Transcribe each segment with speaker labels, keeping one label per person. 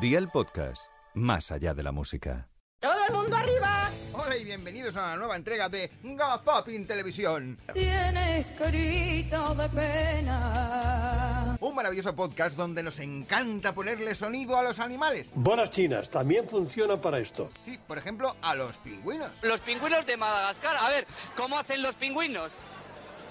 Speaker 1: Día el podcast, más allá de la música.
Speaker 2: ¡Todo el mundo arriba!
Speaker 3: Hola y bienvenidos a la nueva entrega de Gazapin Televisión.
Speaker 4: Tienes carita de pena.
Speaker 3: Un maravilloso podcast donde nos encanta ponerle sonido a los animales.
Speaker 5: Bolas chinas también funcionan para esto.
Speaker 3: Sí, por ejemplo, a los pingüinos.
Speaker 2: Los pingüinos de Madagascar. A ver, ¿cómo hacen los pingüinos?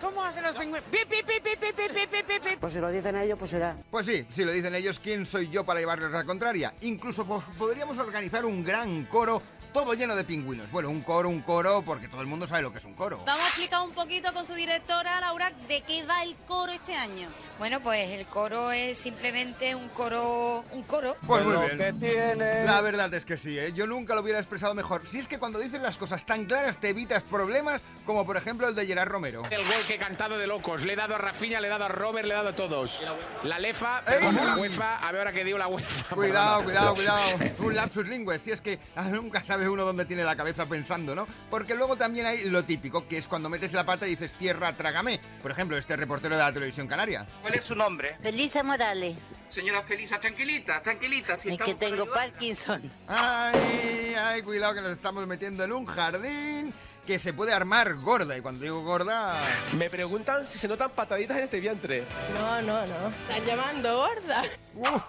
Speaker 2: ¿Cómo hacen los pingüinos? ¡Pip, pip, pip, pip, pip, pip, pip, pip, pip!
Speaker 6: Pues si lo dicen ellos, pues será.
Speaker 3: Pues sí, si lo dicen ellos, ¿quién soy yo para llevarles la contraria? Incluso po- podríamos organizar un gran coro todo lleno de pingüinos. Bueno, un coro, un coro, porque todo el mundo sabe lo que es un coro.
Speaker 7: Vamos a explicar un poquito con su directora, Laura, de qué va el coro este año.
Speaker 4: Bueno, pues el coro es simplemente un coro, un coro.
Speaker 3: Pues muy bien. La verdad es que sí, ¿eh? yo nunca lo hubiera expresado mejor. Si es que cuando dices las cosas tan claras te evitas problemas como por ejemplo el de Gerard Romero.
Speaker 8: El gol que he cantado de locos. Le he dado a Rafinha, le he dado a Robert, le he dado a todos. La lefa,
Speaker 3: ¡Ey!
Speaker 8: perdón, la UEFA. A ver ahora que digo la UEFA.
Speaker 3: Cuidado,
Speaker 8: perdona.
Speaker 3: cuidado, cuidado. Un lapsus lingüe. Si es que nunca sabe uno dónde tiene la cabeza pensando, ¿no? Porque luego también hay lo típico, que es cuando metes la pata y dices tierra, trágame. Por ejemplo, este reportero de la televisión canaria.
Speaker 2: ¿Cuál es su nombre?
Speaker 6: Felisa Morales,
Speaker 2: Señora Felisa, tranquilita, tranquilita. si
Speaker 6: es que
Speaker 2: estamos para
Speaker 6: tengo
Speaker 2: ayudar.
Speaker 6: Parkinson.
Speaker 3: Ay, ay, cuidado que nos estamos metiendo en un jardín que se puede armar gorda. Y cuando digo gorda,
Speaker 9: Me preguntan si se notan pataditas en este vientre.
Speaker 10: No, no, no. Están llamando gorda.
Speaker 3: ¡Uf!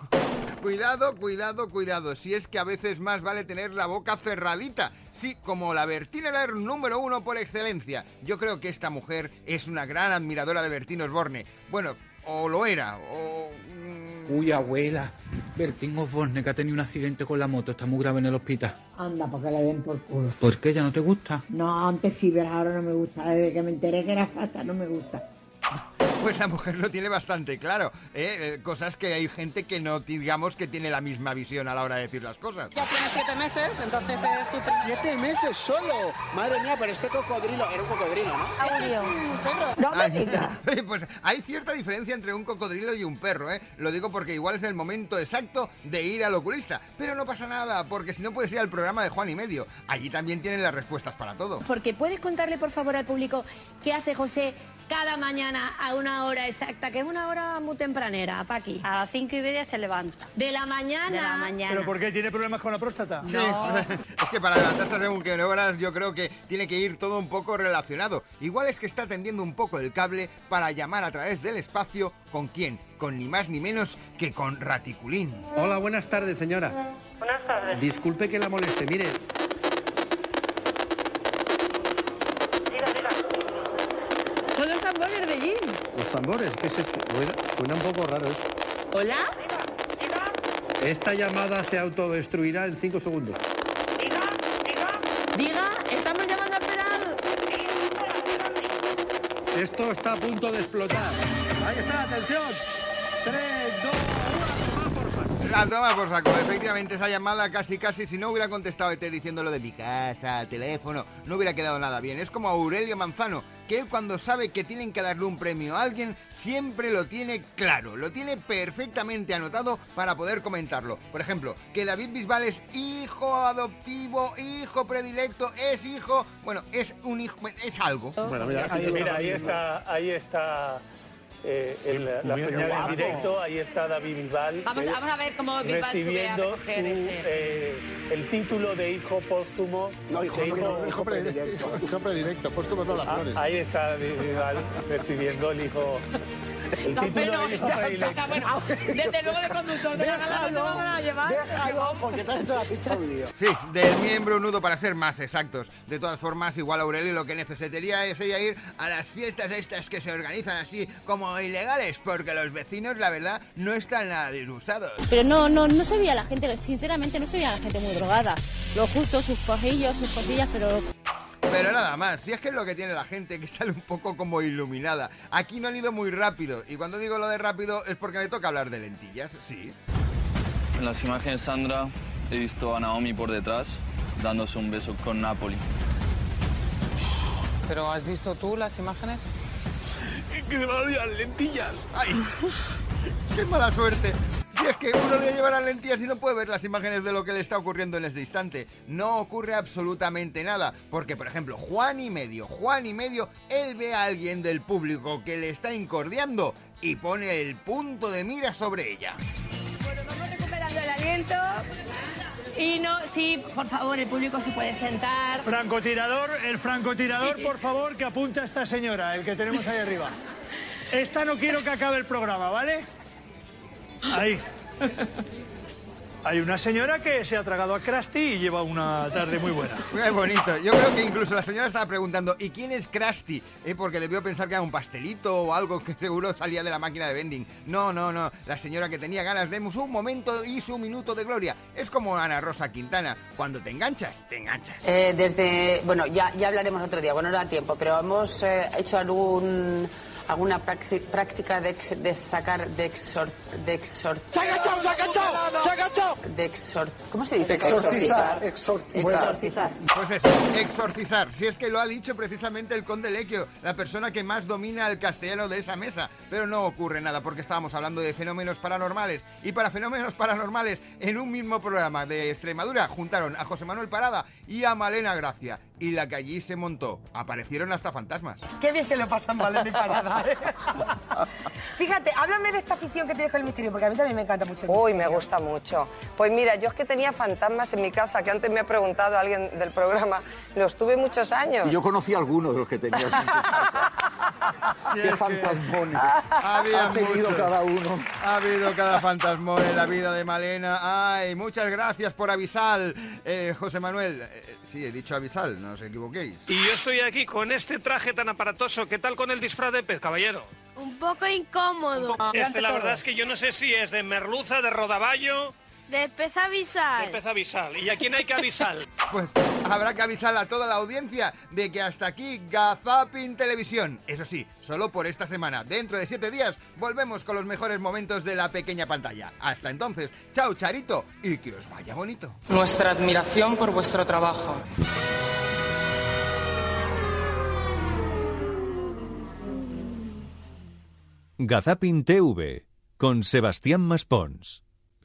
Speaker 3: cuidado, cuidado, cuidado. Si es que a veces más vale tener la boca cerradita. Sí, como la Bertiner número uno por excelencia. Yo creo que esta mujer es una gran admiradora de Bertín Osborne. Bueno, o lo era, o... mm,
Speaker 11: Uy, abuela, Bertín Osborne que ha tenido un accidente con la moto, está muy grave en el hospital.
Speaker 10: Anda, porque le den por culo.
Speaker 11: ¿Por qué? ¿Ya no te gusta?
Speaker 10: No, antes fibras, ahora no me gusta. Desde que me enteré que era facha, no me gusta.
Speaker 3: Pues la mujer lo tiene bastante claro. ¿eh? Eh, Cosas que hay gente que no, digamos, que tiene la misma visión a la hora de decir las cosas.
Speaker 10: Ya tiene siete meses, entonces es súper...
Speaker 9: ¡Siete meses solo! Madre mía, pero este cocodrilo era un cocodrilo, ¿no?
Speaker 3: Ay, Pues hay cierta diferencia entre un cocodrilo y un perro, ¿eh? Lo digo porque igual es el momento exacto de ir al oculista. Pero no pasa nada, porque si no puedes ir al programa de Juan y Medio. Allí también tienen las respuestas para todo.
Speaker 7: Porque puedes contarle, por favor, al público qué hace José cada mañana a una hora exacta, que es una hora muy tempranera, Paqui.
Speaker 6: A las cinco y media se levanta.
Speaker 7: De la mañana.
Speaker 6: De la mañana.
Speaker 9: qué? ¿Tiene problemas con la próstata?
Speaker 3: Sí, es que para levantarse según qué horas yo creo que tiene que ir todo un poco relacionado. Igual es que está tendiendo un poco el cable para llamar a través del espacio con quién, con ni más ni menos que con Raticulín.
Speaker 9: Hola, buenas tardes, señora. Buenas tardes. Disculpe que la moleste, mire.
Speaker 10: Son los tambores de Jim.
Speaker 9: Los tambores, ¿qué es esto? Rueda- Suena un poco raro esto.
Speaker 10: ¿Hola?
Speaker 9: Esta llamada se autodestruirá en cinco segundos.
Speaker 10: Diga, estamos llamando a Peral.
Speaker 9: Esto está a punto de explotar. Ahí está, atención. Tres, dos, uno, toma por saco.
Speaker 3: La toma por saco. Efectivamente, esa llamada casi casi, si no hubiera contestado E ET diciéndolo de mi casa, teléfono, no hubiera quedado nada bien. Es como Aurelio Manzano, que él cuando sabe que tienen que darle un premio a alguien, siempre lo tiene claro, lo tiene perfectamente anotado para poder comentarlo. Por ejemplo, que David Bisbal es hijo adoptivo, hijo predilecto, es hijo, bueno, es un hijo, es algo.
Speaker 9: Bueno, mira, ahí, está, ahí está eh, la señal en directo, ahí está David eh, Bilbal
Speaker 7: Vamos,
Speaker 6: Eh,
Speaker 7: vamos a ver cómo Bilbao sube a recoger ese.
Speaker 9: eh, el título de hijo póstumo. No, hijo, predilecto.
Speaker 5: Hijo predilecto, pues como no las flores.
Speaker 9: ahí está David Bilbal recibiendo el hijo. El
Speaker 7: No, pero- Venga, bueno, desde luego de conductor de la gala no te vamos a llevar.
Speaker 5: porque te has hecho la pizza un lío.
Speaker 3: Sí, del miembro nudo para ser más exactos. De todas formas, igual Aurelio lo que necesitaría es ella ir a las fiestas estas que se organizan así como ilegales, porque los vecinos, la verdad, no están nada disgustados.
Speaker 10: Pero no, no, no se veía la gente, sinceramente no se veía la gente muy drogada. Lo justo, sus cojillos, sus cosillas, pero...
Speaker 3: Pero nada más, si es que es lo que tiene la gente, que sale un poco como iluminada. Aquí no han ido muy rápido, y cuando digo lo de rápido es porque me toca hablar de lentillas, sí.
Speaker 8: En las imágenes, Sandra, he visto a Naomi por detrás dándose un beso con Napoli.
Speaker 2: ¿Pero has visto tú las imágenes?
Speaker 3: ¡Ay! ¡Qué mala suerte! Si es que uno le lleva las lentillas y no puede ver las imágenes de lo que le está ocurriendo en ese instante. No ocurre absolutamente nada. Porque, por ejemplo, Juan y medio, Juan y medio, él ve a alguien del público que le está incordiando y pone el punto de mira sobre ella.
Speaker 7: Bueno, vamos recuperando mucho el aliento. Y no, sí, por favor, el público se puede sentar.
Speaker 12: Francotirador, el francotirador,
Speaker 7: Sí.
Speaker 12: por favor, que apunta a esta señora, el que tenemos ahí arriba. Esta no quiero que acabe el programa, ¿vale? Ahí. Hay una señora que se ha tragado a Krusty y lleva una tarde muy buena.
Speaker 3: Muy bonito. Yo creo que incluso la señora estaba preguntando, ¿y quién es Krusty? Eh, porque debió pensar que era un pastelito o algo que seguro salía de la máquina de vending. No, no, no. La señora que tenía ganas de su momento y su minuto de gloria. Es como Ana Rosa Quintana. Cuando te enganchas, te enganchas.
Speaker 13: Eh, desde, bueno, ya, ya hablaremos otro día, bueno, no da tiempo, pero hemos eh, hecho algún, alguna praxi- práctica de, ex- de sacar, de exor... de exor...
Speaker 14: ¡Se ha agachado, se ha agachado, se ha agachado!
Speaker 13: de exor... ¿Cómo se dice?
Speaker 3: Exorcizar,
Speaker 13: Exorcizar. Exorcizar.
Speaker 3: Pues eso, exorcizar. Si es que lo ha dicho precisamente el conde Lequio, la persona que más domina el castellano de esa mesa. Pero no ocurre nada porque estábamos hablando de fenómenos paranormales. Y para fenómenos paranormales, en un mismo programa de Extremadura, juntaron a José Manuel Parada y a Malena Gracia. Y la que allí se montó. Aparecieron hasta fantasmas.
Speaker 15: Qué bien se lo pasan mal en mi parada. ¿eh? Fíjate, háblame de esta afición que tienes con el misterio, porque a mí también me encanta mucho. Uy, me gusta mucho.
Speaker 16: Pues mira, yo es que tenía fantasmas en mi casa, que antes me ha preguntado alguien del programa, los tuve muchos años.
Speaker 17: Y yo conocí algunos de los que tenías. en su casa. Qué fantasmones.
Speaker 3: Había
Speaker 17: Ha tenido
Speaker 3: muchos.
Speaker 17: cada uno.
Speaker 3: Ha habido cada fantasmón en la vida de Malena. Ay, muchas gracias por avisar, eh, José Manuel. Eh, sí, he dicho avisar, no os equivoquéis.
Speaker 18: Y yo estoy aquí con este traje tan aparatoso. ¿Qué tal con el disfraz de pez, caballero?
Speaker 19: Un poco incómodo.
Speaker 18: Este, la verdad es que yo no sé si es de merluza, de rodaballo,
Speaker 19: De pez avisar.
Speaker 18: de pez avisal. ¿Y a quién hay que avisar?
Speaker 3: Pues habrá que avisar a toda la audiencia de que hasta aquí Gazapin Televisión. Eso sí, solo por esta semana. Dentro de siete días volvemos con los mejores momentos de la pequeña pantalla. Hasta entonces, chao Charito y que os vaya bonito.
Speaker 20: Nuestra admiración por vuestro trabajo.
Speaker 1: Gazapin TV con Sebastián Maspons.